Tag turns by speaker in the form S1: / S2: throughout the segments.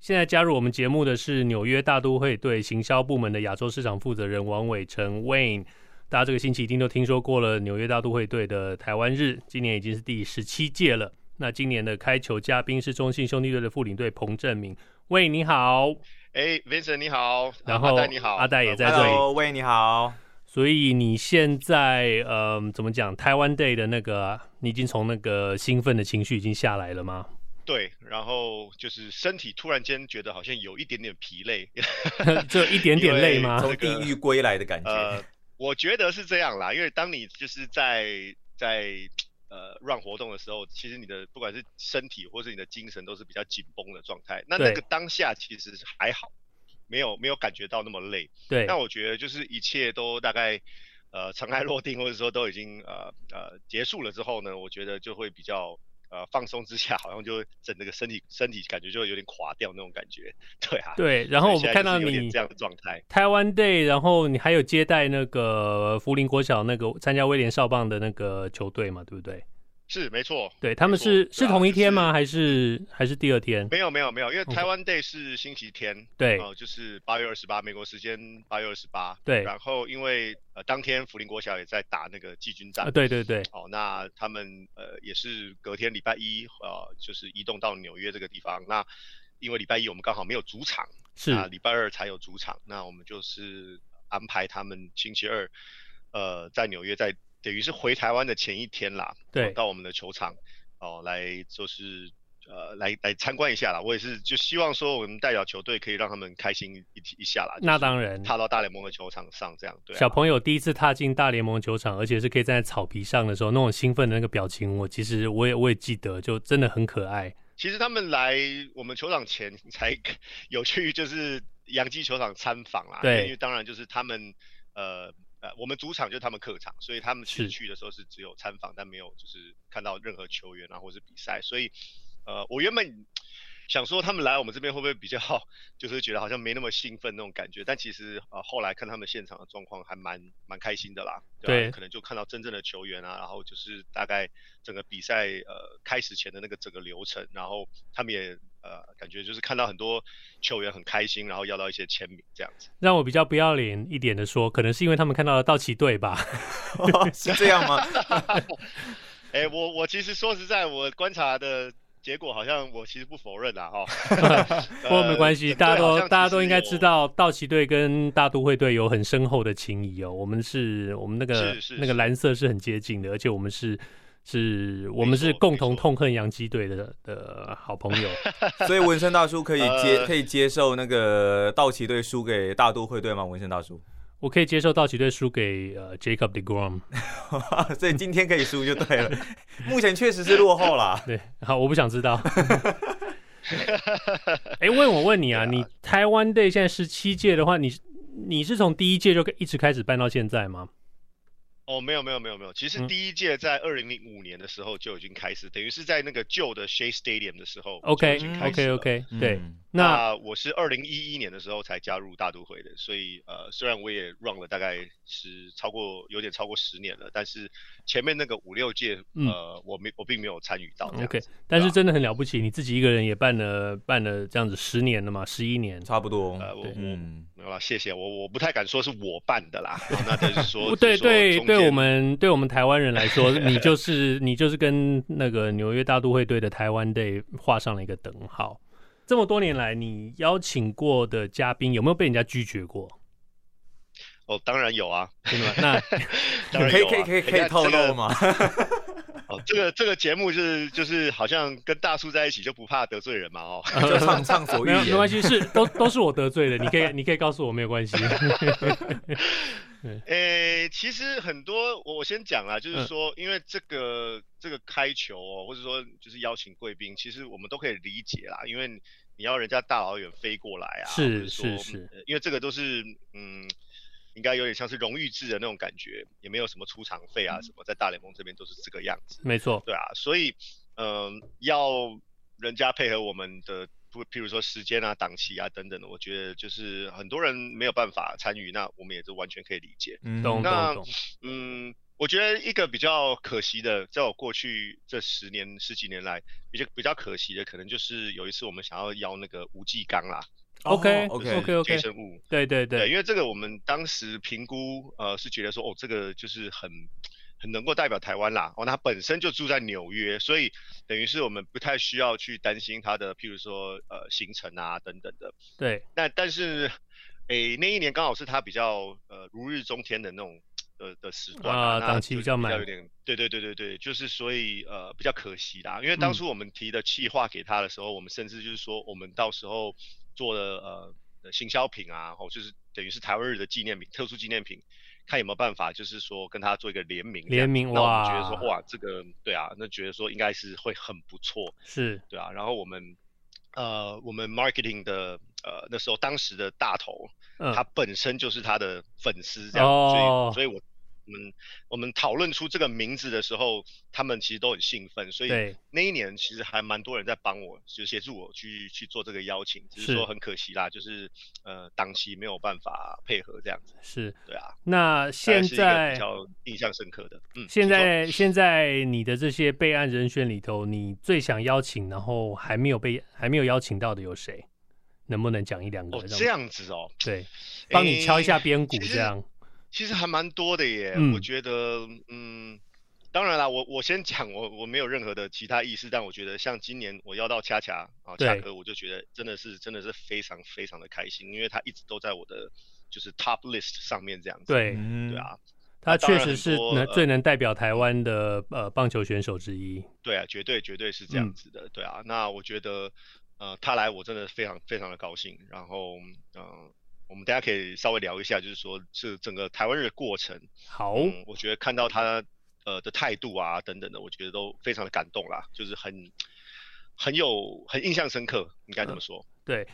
S1: 现在加入我们节目的是纽约大都会队行销部门的亚洲市场负责人王伟成 Wayne。大家这个星期一定都听说过了纽约大都会队的台湾日，今年已经是第十七届了。那今年的开球嘉宾是中信兄弟队的副领队彭正明。喂，你好，
S2: 哎，Vincent 你好，
S1: 然后
S2: 阿戴你好，
S1: 阿戴也在这里
S3: Hello，喂，你好。
S1: 所以你现在呃，怎么讲？台湾 day 的那个，你已经从那个兴奋的情绪已经下来了吗？
S2: 对，然后就是身体突然间觉得好像有一点点 疲累，
S1: 只有一点点累吗？
S2: 因为
S3: 从地狱归来的感觉
S2: 啊呃，，我觉得是这样啦，因为当你就是在在呃 run 活动的时候，其实你的不管是身体或是你的精神都是比较紧绷的状态。那那
S1: 对
S2: 个当下其实还好，没有没有感觉到那么累。
S1: 对，
S2: 那我觉得就是一切都大概呃尘埃落定，或者说都已经呃呃结束了之后呢，我觉得就会比较呃放松之下，好像就整个身体身体感觉就有点垮掉那种感觉，对啊。
S1: 对。然
S2: 所
S1: 后
S2: 以
S1: 我
S2: 现
S1: 们
S2: 在
S1: 看
S2: 就
S1: 到
S2: 是有点
S1: 你
S2: 这样的状态，
S1: 台湾 day，然后你还有接待那个福林国小那个参加威廉少棒的那个球队嘛，对不对？
S2: 是没错。
S1: 对，他们
S2: 没错
S1: 是
S2: 对啊
S1: 是同一天
S2: 就
S1: 吗？
S2: 是
S1: 还是还是第二天？
S2: 没有没有没有，因为
S1: OK
S2: 台湾 day 是星期天，
S1: 哦对
S2: 哦、就是八月二十八，美国时间八月二十八。
S1: 对
S2: 然后因为呃当天福林国小也在打那个季军战
S1: 啊，，对对对，
S2: 哦，那他们呃也是隔天礼拜一呃，就是移动到纽约这个地方。那因为礼拜一我们刚好没有主场，
S1: 是
S2: 那礼拜二才有主场，那我们就是安排他们星期二呃在纽约在，等于是回台湾的前一天啦，呃
S1: 对
S2: 到我们的球场哦、来就是。呃，来来参观一下啦！我也是，就希望说我们代表球队可以让他们开心一一下啦。
S1: 那
S2: 就是
S1: 当然。
S2: 踏到大联盟的球场上，这样对啊、
S1: 小朋友第一次踏进大联盟球场，而且是可以站在草皮上的时候，那种兴奋的那个表情，我其实我也我也记得，就真的很可爱。
S2: 其实他们来我们球场前才有去，就是洋基球场参访啦。
S1: 对
S2: 因为当然就是他们呃呃，我们主场就是他们客场，所以他们其
S1: 是
S2: 实去的时候是只有参访，但没有就是看到任何球员啊或是比赛。所以呃，我原本想说他们来我们这边会不会比较，就是觉得好像没那么兴奋那种感觉，但其实呃后来看他们现场的状况还蛮蛮开心的啦。
S1: 对
S2: 吧可能就看到真正的球员啊，然后就是大概整个比赛呃开始前的那个整个流程，然后他们也呃感觉就是看到很多球员很开心，然后要到一些签名这样子。
S1: 让我比较不要脸一点的说，可能是因为他们看到了道奇队吧。
S3: 是这样吗？
S2: 哎、我我其实说实在，我观察的结果好像我其实不否认啦哈。
S1: 不过没关系，
S2: 呃
S1: 大家
S2: 对好
S1: 都
S2: 像
S1: 大家
S2: 其实
S1: 都应该
S2: 有
S1: 知道，道奇队跟大都会队有很深厚的情谊哦。我们是我们那个
S2: 是是
S1: 那个
S2: 是
S1: 蓝色是很接近的，而且我们是是我们是
S2: 没错
S1: 共
S2: 没
S1: 同
S2: 错
S1: 痛恨洋基队的的好朋 友。
S3: 所以纹身大叔可以接、
S2: 呃
S3: 可以接受那个道奇队输给大都会队吗？纹身大叔，
S1: 我可以接受道奇队输给呃 Jacob Degrom。
S3: 所以今天可以输就对了。目前确实是落后啦。
S1: 对，好，我不想知道。哎、问我问你 啊，你台湾队现在十七届的话，你你是从第一届就一直开始办到现在吗？
S2: 哦，没有没有没有没有，其实
S1: 嗯
S2: 第一届在二零零五年的时候就已经开始，等于是在那个旧的 Shea Stadium 的时候就
S1: OK
S2: 已经开
S1: OK
S2: 始了
S1: OK，、对，
S3: 嗯
S1: 那
S2: 我是二零一一年的时候才加入大都会的，所以呃，虽然我也 run 了大概是超过有点超过十年了，但是前面那个五六届，
S1: 嗯
S2: 呃，我没我并没有参与到这样
S1: OK，
S2: 子
S1: 但是真的很了不起，你自己一个人也办了办了这样子十年了嘛，十一年。
S3: 差不多。
S2: 呃，我我
S3: 嗯，
S2: 没有啦，谢谢我，我不太敢说是我办 的啦，好那就是说，
S1: 对
S2: 只是说
S1: 对
S2: 中
S1: 对，
S2: 间
S1: 我们对我们台湾人来 说，你就是你就是跟那个纽约大都会队的台湾队画上了一个等号。这么多年来，你邀请过的嘉宾有没有被人家拒绝过？
S2: 哦，当然有啊，
S1: 真的吗？那
S2: 当然
S3: 可以
S2: 有啊
S3: 可以可以可以透露？吗？
S2: 人 家这个哦，这个这个节目是就是好像跟大叔在一起就不怕得罪人嘛哦。
S3: 就畅畅所欲
S1: 没有
S3: 言，
S1: 没关系，是都都是我得罪的，你可以 你可以告诉我没有关系。
S2: 啊 诶，其实很多，我我先讲啦，就
S1: 嗯
S2: 是说，因为这个这个开球哦，或者说就是邀请贵宾，其实我们都可以理解啦，因为你你要人家大老远飞过来啊，
S1: 是
S2: 或者说
S1: 是是
S2: 呃因为这个都是嗯，应该有点像是荣誉制的那种感觉，也没有什么出场费
S1: 嗯
S2: 啊什么，在大联盟这边都是这个样子，
S1: 没错，
S2: 对啊，所以嗯、要人家配合我们的，不，譬如说时间啊、档期啊等等的，我觉得就是很多人没有办法参与，那我们也是完全可以理解。
S3: 嗯
S1: 懂懂
S2: 那
S1: 懂，
S2: 嗯，我觉得一个比较可惜的，在我过去这十年十几年来，比较比较可惜的，可能就是有一次我们想要邀那个吴继刚啦，
S1: OK
S3: 哦
S1: OK OK，
S2: 生物，
S1: 对对
S2: 对，
S1: 对
S2: 因为这个我们当时评估，呃，是觉得说，哦，这个就是很很能够代表台湾啦。哦，那他本身就住在纽约，所以等于是我们不太需要去担心他的，譬如说呃行程啊等等的。
S1: 对，
S2: 那但是，诶，那一年刚好是他比较呃如日中天的那种呃的时段
S1: 啊
S2: 那
S1: 档期
S2: 就
S1: 比较满
S2: 有点对对对对对，就是所以呃比较可惜啦，因为当
S1: 嗯
S2: 初我们提的企划给他的时候，我们甚至就是说我们到时候做了呃呃行销品啊，哦，就是等于是台湾日的纪念品，特殊纪念品。看有没有办法，就是说跟他做一个联名这样子，
S1: 联名
S2: 那我们觉得说
S1: 哇
S2: 哇，这个对啊，那觉得说应该是会很不错，
S1: 是
S2: 对啊，然后我们呃，我们 marketing 的呃那时候当时的大头，
S1: 嗯
S2: 他本身就是他的粉丝这样，
S1: 哦
S2: 所以所以我我们我们讨论出这个名字的时候，他们其实都很兴奋，所以
S1: 对
S2: 那一年其实还蛮多人在帮我，就协助我去去做这个邀请，只
S1: 是
S2: 是说很可惜啦，就是呃档期没有办法配合这样子，
S1: 是。
S2: 对啊，
S1: 那
S2: 大概
S1: 现
S2: 是一个比
S1: 在
S2: 较印象深刻的，嗯，
S1: 现
S2: 请说
S1: 在现在你的这些备案人选里头，你最想邀请，然后还没有被还没有邀请到的有谁？能不能讲一两个？
S2: 哦
S1: 让我
S2: 这样子哦，
S1: 对，帮你敲一下
S2: 诶
S1: 边鼓
S2: 其实
S1: 这样。
S2: 其实还蛮多的耶，
S1: 嗯
S2: 我觉得，嗯，当然啦，我我先讲，我我没有任何的其他意思，但我觉得像今年我要到恰恰啊，
S1: 对
S2: 恰哥，我就觉得真的是真的是非常非常的开心，因为他一直都在我的就是 top list 上面这样子。
S1: 对，
S3: 嗯
S2: 对，啊，
S1: 他
S2: 那当
S1: 确
S2: 然
S1: 实
S2: 很
S1: 是
S2: 多
S1: 能
S2: 呃
S1: 最能代表台湾的呃棒球选手之一。
S2: 对啊，绝对绝对是这
S1: 嗯
S2: 样子的，对啊。那我觉得，呃，他来我真的非常非常的高兴。然后，嗯、我们大家可以稍微聊一下，就是说这整个台湾日的过程，
S1: 好，
S2: 嗯，我觉得看到他呃的态度啊等等的，我觉得都非常的感动啦，就是很很有很印象深刻，应该这么说。
S1: 对。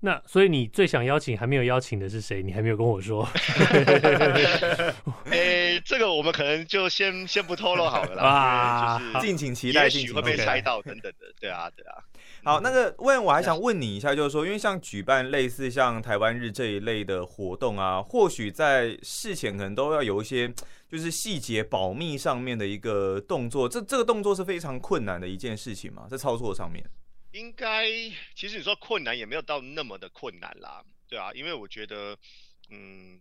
S1: 那所以你最想邀请还没有邀请的是谁？你还没有跟我 说。
S3: 嗯
S2: 诶、这个我们可能就先先不透露好了
S1: 哇
S2: 啦，因为就是
S3: 敬请期待，
S2: 也
S3: 敬
S2: 许
S3: 请
S2: 会被
S3: 期
S2: 猜
S3: 待。
S2: 到等等的，对啊对啊，
S3: 好，那个问
S2: 嗯
S3: 我还想问你一下，就是说，因为像举办类似像台湾日这一类的活动啊，或许在事前可能都要有一些就是细节保密上面的一个动作，这这个动作是非常困难的一件事情嘛，在操作上面。
S2: 应该其实你说困难也没有到那么的困难啦，对啊，因为我觉得，嗯，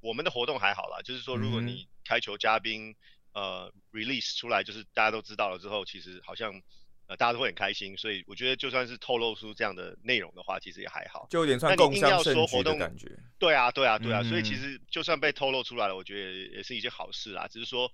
S2: 我们的活动还好啦，就是说如果
S3: 嗯
S2: 你开球嘉宾呃 release 出来，就是大家都知道了之后，其实好像呃大家都会很开心，所以我觉得就算是透露出这样的内容的话，其实也还好。
S3: 就有点算
S2: 那你
S3: 共襄盛
S2: 硬要说
S3: 举
S2: 活
S3: 的
S2: 动
S3: 感觉。
S2: 对啊，对啊，对啊，所以其
S3: 嗯
S2: 实就算被透露出来了，我觉得也也是一件好事啦。只是说，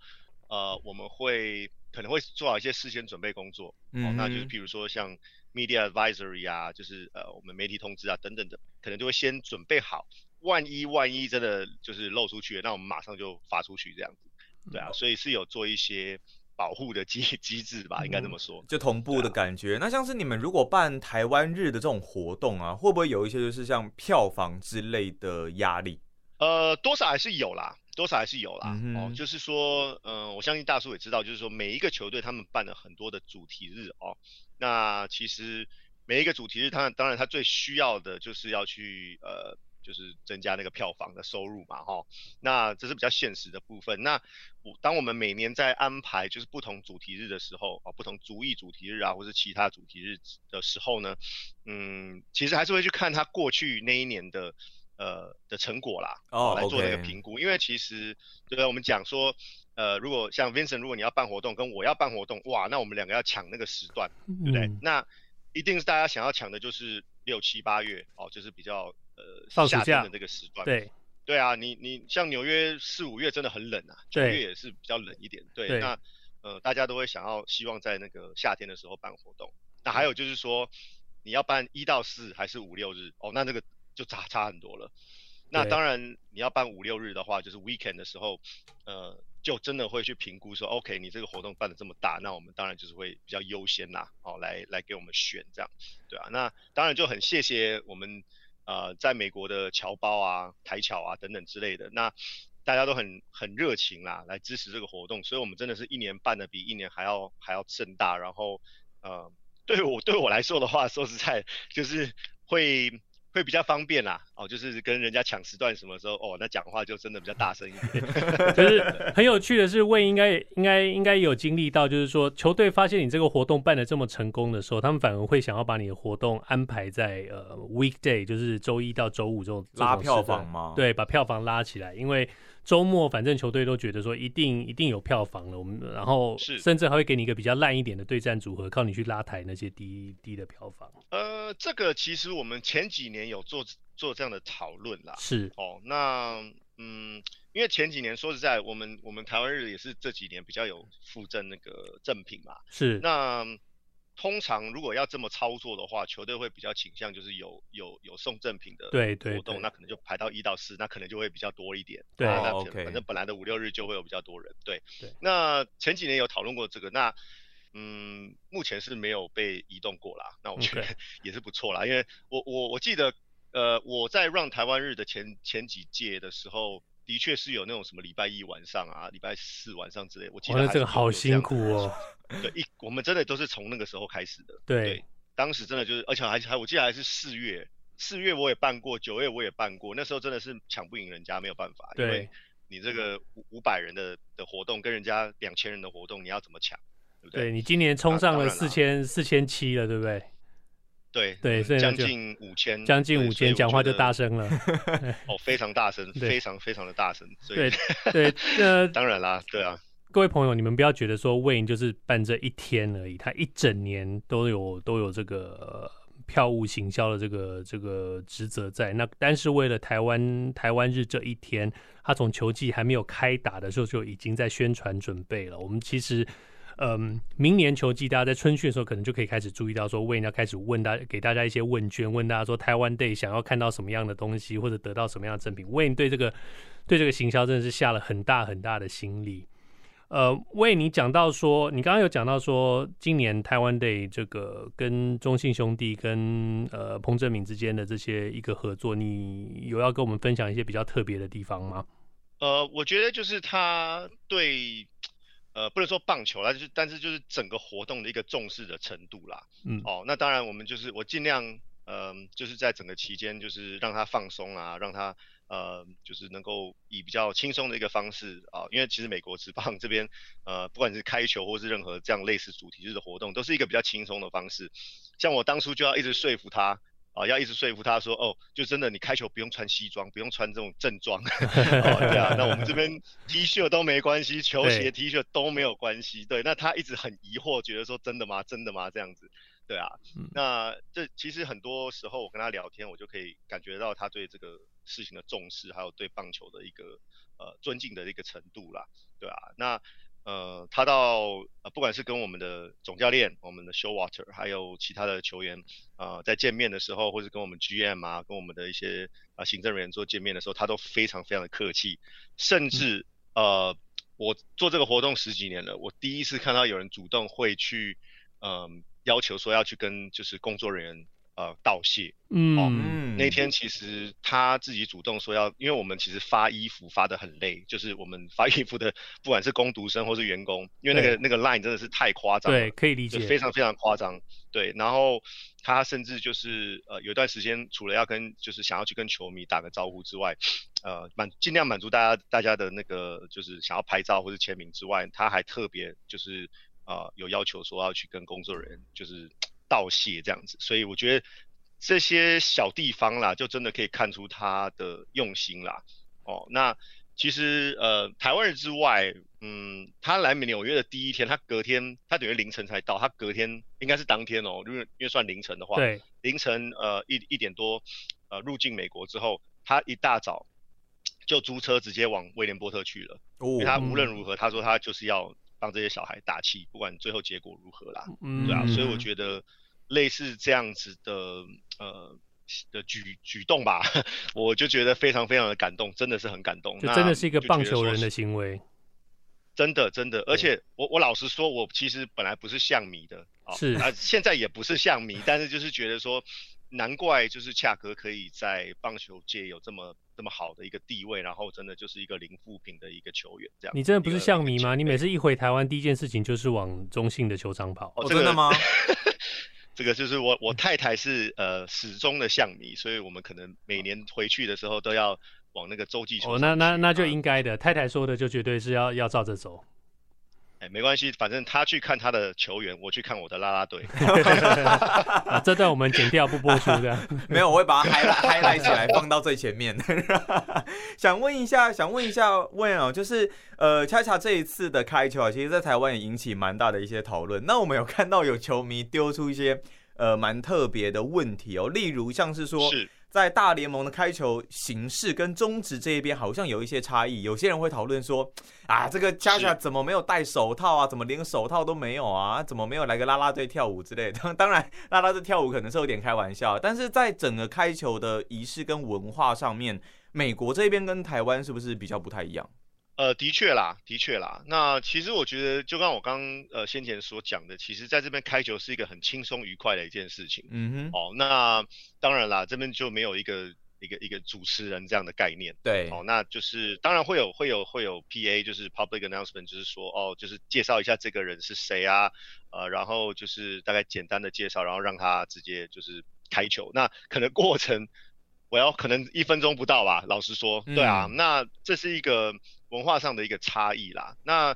S2: 呃，我们会可能会做好一些事先准备工作，哦，那就是
S3: 嗯哼
S2: 譬如说像 media advisory 啊，就是呃我们媒体通知啊等等的，可能就会先准备好，万一万一真的就是漏出去了，那我们马上就发出去这样子，对
S3: 嗯
S2: 啊，所以是有做一些保护的机机制吧，应该这么说。
S3: 就同
S2: 啊
S3: 步的感觉。那像是你们如果办台湾日的这种活动啊，会不会有一些就是像票房之类的压力？
S2: 呃，多少还是有啦，多少还是有啦。
S3: 嗯
S2: 哦
S3: 哼，
S2: 就是说，嗯、我相信大叔也知道，就是说每一个球队他们办了很多的主题日哦。那其实每一个主题日，它当然它最需要的就是要去呃，就是增加那个票房的收入嘛，哈、那这是比较现实的部分。那我当我们每年在安排就是不同主题日的时候啊，不同族裔主题日啊，或是其他主题日的时候呢，嗯，其实还是会去看他过去那一年的呃的成果啦，
S3: 哦
S2: 来做那个
S3: OK
S2: 评估。因为其实对我们讲说，呃，如果像 Vincent，如果你要办活动，跟我要办活动，哇，那我们两个要抢那个时段，对不对？
S1: 嗯
S2: 那一定是大家想要抢的就是六七八月哦，就是比较
S1: 放
S2: 呃
S1: 暑
S2: 夏
S1: 假
S2: 天的这个时段，
S1: 对
S2: 对啊，你你像纽约四五月真的很冷啊，九
S1: 对
S2: 月也是比较冷一点。对，
S1: 对
S2: 那呃，大家都会想要希望在那个夏天的时候办活动。那还有就是说，你要办一到四还是五六日哦，那这个就差差很多了。那
S1: 对
S2: 当然，你要办五六日的话，就是 weekend 的时候，呃，就真的会去评估说，OK，你这个活动办的这么大，那我们当然就是会比较优先啦，哦，来来给我们选这样。对啊，那当然就很谢谢我们呃在美国的侨胞啊、台侨啊等等之类的，那大家都很很热情啦，来支持这个活动，所以我们真的是一年办的比一年还要还要盛大，然后呃对我对我来说的话，说实在就是会会比较方便啦，哦，就是跟人家抢时段什么时候哦，那讲话就真的比较大声一点。
S1: 就是很有趣的是，魏应该应该应该有经历到，就是说球队发现你这个活动办的这么成功的时候，他们反而会想要把你的活动安排在呃 weekday，就是周一到周五这种
S3: 拉票。
S1: 这种时
S3: 房
S1: 段
S3: 吗？，
S1: 对，把票房拉起来，因为周末反正球队都觉得说一定一定有票房了，我们然后
S2: 是
S1: 甚至还会给你一个比较烂一点的对战组合，靠你去拉抬那些低低的票房。
S2: 呃，这个其实我们前几年有做做这样的讨论啦。
S1: 是
S2: 哦，那嗯，因为前几年说实在，我们我们台湾日也是这几年比较有附赠那个赠品嘛。
S1: 是，
S2: 那通常如果要这么操作的话，球队会比较倾向就是有有有送赠品的
S1: 对对
S2: 活
S1: 对
S2: 动，那可能就排到一到四，那可能就会比较多一点。
S1: 对
S2: 啊那
S3: 哦
S2: 可能
S3: OK
S2: 反正本来的五六日就会有比较多人。对
S1: 对
S2: 那前几年有讨论过这个，那嗯，目前是没有被移动过啦。那我觉
S1: OK
S2: 得 也是不错啦，因为我我我记得呃我在让台湾日的前前几届的时候。的确是有那种什么礼拜一晚上啊，礼拜四晚上之类，我记
S1: 哇，
S2: 得
S1: 那
S2: 还
S1: 这个
S2: 是有
S1: 好
S2: 有这
S1: 辛
S2: 样的
S1: 苦哦。
S2: 对，一我们真的都是从那个时候开始的。
S1: 对，
S2: 当时真的就是，而且还还我记得还是四月，四月我也办过，九月我也办过，那时候真的是抢不赢人家，没有办法，因
S1: 对
S2: 为你这个五五百人的的活动跟人家两千人的活动，你要怎么抢，对不
S1: 对
S2: 对？
S1: 你今年冲
S2: 啊
S1: 上
S2: 当
S1: 了
S2: 然啦
S1: 四千四千七了，对不对？
S2: 对嗯
S1: 对所以那
S2: 将
S1: 就
S2: 近五千，
S1: 将近
S2: 对
S1: 五
S2: 所以
S1: 千，
S2: 我
S1: 讲话
S2: 觉
S1: 就
S2: 得
S1: 大声了。
S2: 哦，非常大声，
S1: 对
S2: 非常非常的大声，所
S1: 对
S2: 以
S1: 对，呃，
S2: 当然啦，对啊，
S1: 各位朋友，你们不要觉得说 Wayne 就是办这一天而已，他一整年都有都有这个、呃票务行销的这个这个职责在。那但是为了台湾台湾日这一天，他从球季还没有开打的时候就已经在宣传准备了。我们其实。嗯，明年球季，大家在春训的时候，可能就可以开始注意到说，Wayne 要开始问大给大家一些问卷，问大家说台湾队想要看到什么样的东西，或者得到什么样的赠品。Wayne 对这个对这个行销真的是下了很大很大的心力。呃，为你讲到说，你刚刚有讲到说，今年台湾 Day 这个跟中信兄弟跟呃彭正明之间的这些一个合作，你有要跟我们分享一些比较特别的地方吗？
S2: 呃，我觉得就是他对，呃，不能说棒球啦，就是但是就是整个活动的一个重视的程度啦。
S1: 嗯
S2: 哦，那当然我们就是我尽量，嗯、就是在整个期间就是让他放松啊，让他呃，就是能够以比较轻松的一个方式啊、因为其实美国职棒这边呃，不管是开球或是任何这样类似主题日的活动，都是一个比较轻松的方式。像我当初就要一直说服他。啊、要一直说服他说，哦，就真的你开球不用穿西装，不用穿这种正装， 哦，对啊，那我们这边 T 恤都没关系，球
S1: 对
S2: 鞋、T 恤都没有关系。对，那他一直很疑惑，觉得说真的吗？真的吗？这样子，对啊。
S1: 嗯
S2: 那这其实很多时候我跟他聊天，我就可以感觉到他对这个事情的重视，还有对棒球的一个呃尊敬的一个程度啦，对啊。那呃，他到呃，不管是跟我们的总教练、我们的 Showwater，还有其他的球员，呃，在见面的时候，或是跟我们 GM 啊，跟我们的一些啊、呃行政人员做见面的时候，他都非常非常的客气，甚至、呃，我做这个活动十几年了，我第一次看到有人主动会去，嗯、要求说要去跟就是工作人员呃道谢。
S1: 嗯，
S3: 嗯
S2: 那天其实他自己主动说要，因为我们其实发衣服发的很累，就是我们发衣服的不管是工读生或是员工，因为那个那个 line 真的是太夸张了，
S1: 对，可以理
S2: 就
S1: 解，
S2: 非常非常夸张。对，然后他甚至就是呃，有一段时间除了要跟就是想要去跟球迷打个招呼之外，呃，满尽量满足大家大家的那个就是想要拍照或者签名之外，他还特别就是呃有要求说要去跟工作人员就是道谢这样子，所以我觉得这些小地方啦，就真的可以看出他的用心啦。哦，那其实呃，台湾人之外，嗯，他来纽约的第一天，他隔天，他等于凌晨才到，他隔天应该是当天哦，因为因为算凌晨的话，
S1: 对，
S2: 凌晨呃一一点多，呃入境美国之后，他一大早就租车直接往威廉波特去了，因为他
S3: 哦，
S2: 无论如何，他说他就是要帮这些小孩打气，不管最后结果如何啦，
S1: 嗯，
S2: 对啊，所以我
S3: 嗯
S2: 觉得类似这样子的呃的举举动吧， 我就觉得非常非常的感动，真的是很感动，
S1: 就
S2: 那
S1: 真的是一个
S2: 就觉
S1: 棒
S2: 得
S1: 球
S2: 说
S1: 人
S2: 是
S1: 的行为，
S2: 真的真的，
S1: 对
S2: 而且我我老实说，我其实本来不是象迷的，啊
S1: 是
S2: 啊，现在也不是象迷， 但是就是觉得说，难怪就是恰哥可以在棒球界有这么这么好的一个地位，然后真的就是一个零负评的一个球员这样。
S1: 你真的不
S2: 一
S1: 是
S2: 个
S1: 像 迷吗？？
S2: 一个前
S1: 你每次一回台湾，第一件事情就是往中信的球场跑。
S2: 哦，
S3: 哦
S2: 这
S3: 真的
S2: 个
S3: 吗？
S2: 这个就是我我太太是呃始终的象迷，所以我们可能每年回去的时候都要往那个洲际球
S1: 哦，
S2: 场
S1: 那那
S2: 去
S1: 那就
S2: 啊
S1: 应该的。太太说的就绝对是要要照着走。
S2: 哎没关系，反正他去看他的球员，我去看我的啦 啦队。
S1: 啊，这段我们剪掉不播出的。
S3: 没有，我会把它 highlight highlight 起来，放到最前面。 想问一下，想问一下问哦，就是呃，恰恰这一次的开球啊，其实在台湾也引起蛮大的一些讨论。那我们有看到有球迷丢出一些呃蛮特别的问题哦，例如像是说。
S2: 是
S3: 在大联盟的开球形式跟中职这一边好像有一些差异，有些人会讨论说，啊，这个恰恰怎么没有戴手套啊？怎么连手套都没有啊？怎么没有来个啦啦队跳舞之类的？ 当当然，啦啦队跳舞可能是有点开玩笑，但是在整个开球的仪式跟文化上面，美国这边跟台湾是不是比较不太一样？
S2: 呃，的确啦，的确啦。那其实我觉得，就像我刚呃先前所讲的，其实在这边开球是一个很轻松愉快的一件事情。
S3: 嗯哼，
S2: 哦，那当然啦，这边就没有一个一个一个主持人这样的概念。
S3: 对，
S2: 哦，那就是当然会有会有会有 PA，就是 public announcement，就是说哦，就是介绍一下这个人是谁啊，呃，然后就是大概简单的介绍，然后让他直接就是开球。那可能过程，我要可能一分钟不到吧，老实说，对啊，
S3: 嗯
S2: 那这是一个文化上的一个差异啦。那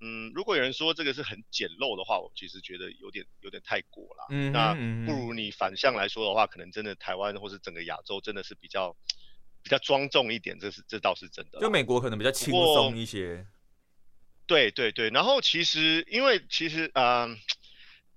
S2: 嗯，如果有人说这个是很简陋的话，我其实觉得有点有点太过啦。
S3: 嗯哼，
S2: 那
S3: 嗯
S2: 不
S3: 哼
S2: 如你反向来说的话，可能真的台湾或是整个亚洲真的是比较比较庄重一点，这是这倒是真的啦。
S3: 就美国可能比较轻
S2: 不过
S3: 松一些，
S2: 对对对，然后其实因为其实嗯、呃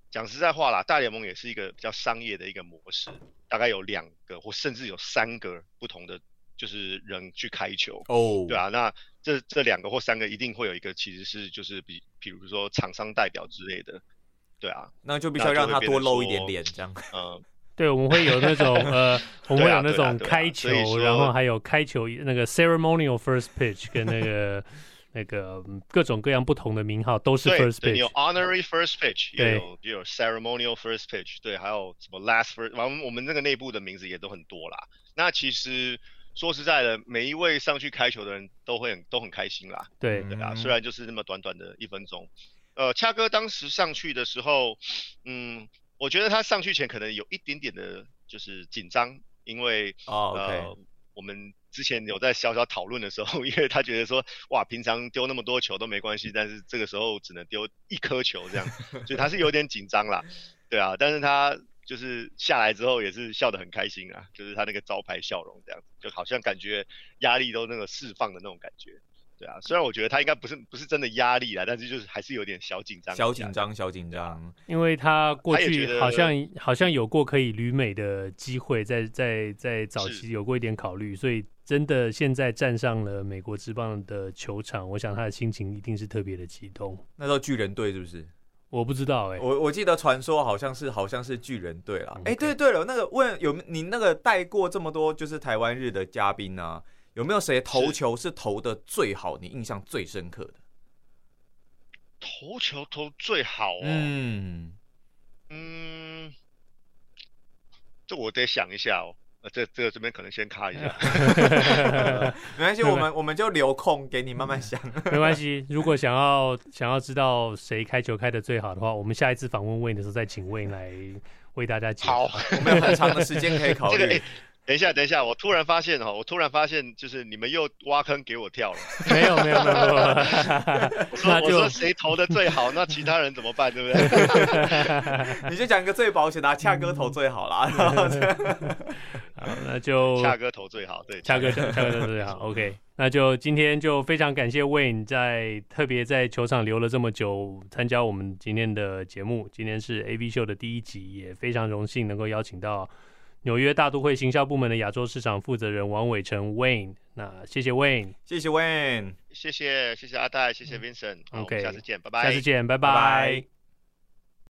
S2: 讲实在话啦，大联盟也是一个比较商业的一个模式，大概有两个或甚至有三个不同的就是人去开球。
S3: 哦，
S2: 对，啊，那这这两个或三个一定会有一个其实是就是比比如说厂商代表之类的，对啊，
S3: 那就必须
S2: 那
S3: 要
S2: 就
S3: 让
S2: 会
S3: 他
S2: 变
S3: 多
S2: 成
S3: 露一
S2: 说
S3: 点脸这样。
S2: 嗯、
S1: 对，我们会有那 种呃，我们会
S2: 对啊
S1: 有那
S2: 对啊
S1: 种
S2: 对啊
S1: 开球
S2: 所以，说
S1: 然后还有开球那个 ceremonial first pitch 跟那 个那个嗯各种各样不同的名号都是
S2: 对
S1: first
S2: 对，你
S1: pitch
S2: 有。honorary first pitch，也
S1: 对
S2: 有也有 ceremonial first pitch，对，还有什么 last first，我们我们那个内部的名字也都很多啦。那其实说实在的，每一位上去开球的人都会很都很开心啦，
S1: 对，
S2: 对啊，
S3: 嗯
S2: 虽然就是那么短短的一分钟。呃，恰哥当时上去的时候，嗯，我觉得他上去前可能有一点点的就是紧张，因为
S3: 哦，OK，
S2: 呃，我们之前有在小小讨论的时候， 因为他觉得说，哇，平常丢那么多球都没关系，但是这个时候只能丢一颗球 这样，所以他是有点紧张啦，对啊，但是他就是下来之后也是笑得很开心啊，就是他那个招牌笑容这样，就好像感觉压力都那个释放的那种感觉。对啊，虽然我觉得他应该不是不是真的压力啦，但是就是还是有点小紧张一下，
S3: 小紧张，小紧张。
S1: 因为他过
S2: 他也觉
S1: 去
S2: 得
S1: 好像好像有过可以旅美的机会，在在在早期有过一点考虑，所以真的现在站上了美国职棒的球场，我想他的心情一定是特别的激动。
S3: 那时候巨人队是不是？
S1: 我不知道 哎、
S3: 我我记得传说好像是好像是巨人队啦。哎、
S1: OK
S3: 对对了，那个问有你那个带过这么多就是台湾日的嘉宾啊，有没有谁投
S2: 是
S3: 球是投的最好，你印象最深刻的？
S2: 投球投最好哦。
S3: 嗯，
S2: 嗯，这我得想一下哦。呃，这这个这边可能先卡 一下。
S3: 没关系，
S1: 没
S3: 我们我们就留空给你慢慢想。
S1: 没关系，如果想要想要知道谁开球开的最好的话，我们下一次访问 Wayne 的时候再请 Wayne 来为大家解答。
S2: 好，
S3: 我们有很长的时间可以考
S2: 这个
S3: 虑
S2: 哎。，等一下，等一下，我突然发现哈、哦，我突然发现就是你们又挖坑给我跳了。
S1: 没有没有没有，没有
S2: 我说
S1: 那
S2: 我
S1: 就
S2: 说谁投的最好，那其他人怎么办，对 不对？
S3: 你就讲一个最保险的、啊，恰哥投最好啦。然后这样
S1: 好那就
S2: 恰哥投最好，对，
S1: 恰哥，恰哥对对好，OK，那就今天就非常感谢 Wayne 在特别在球场留了这么久，参加我们今天的节目。今天是 AV 秀的第一集，也非常荣幸能够邀请到纽约大都会行销部门的亚洲市场负责人王伟成 Wayne。那谢谢 Wayne，
S3: 谢谢 Wayne，
S2: 谢谢谢谢阿戴，谢谢 Vincent，好
S1: 嗯
S2: 我
S1: OK，
S2: 们下次见，拜拜，
S1: 下次见，拜
S3: 拜拜。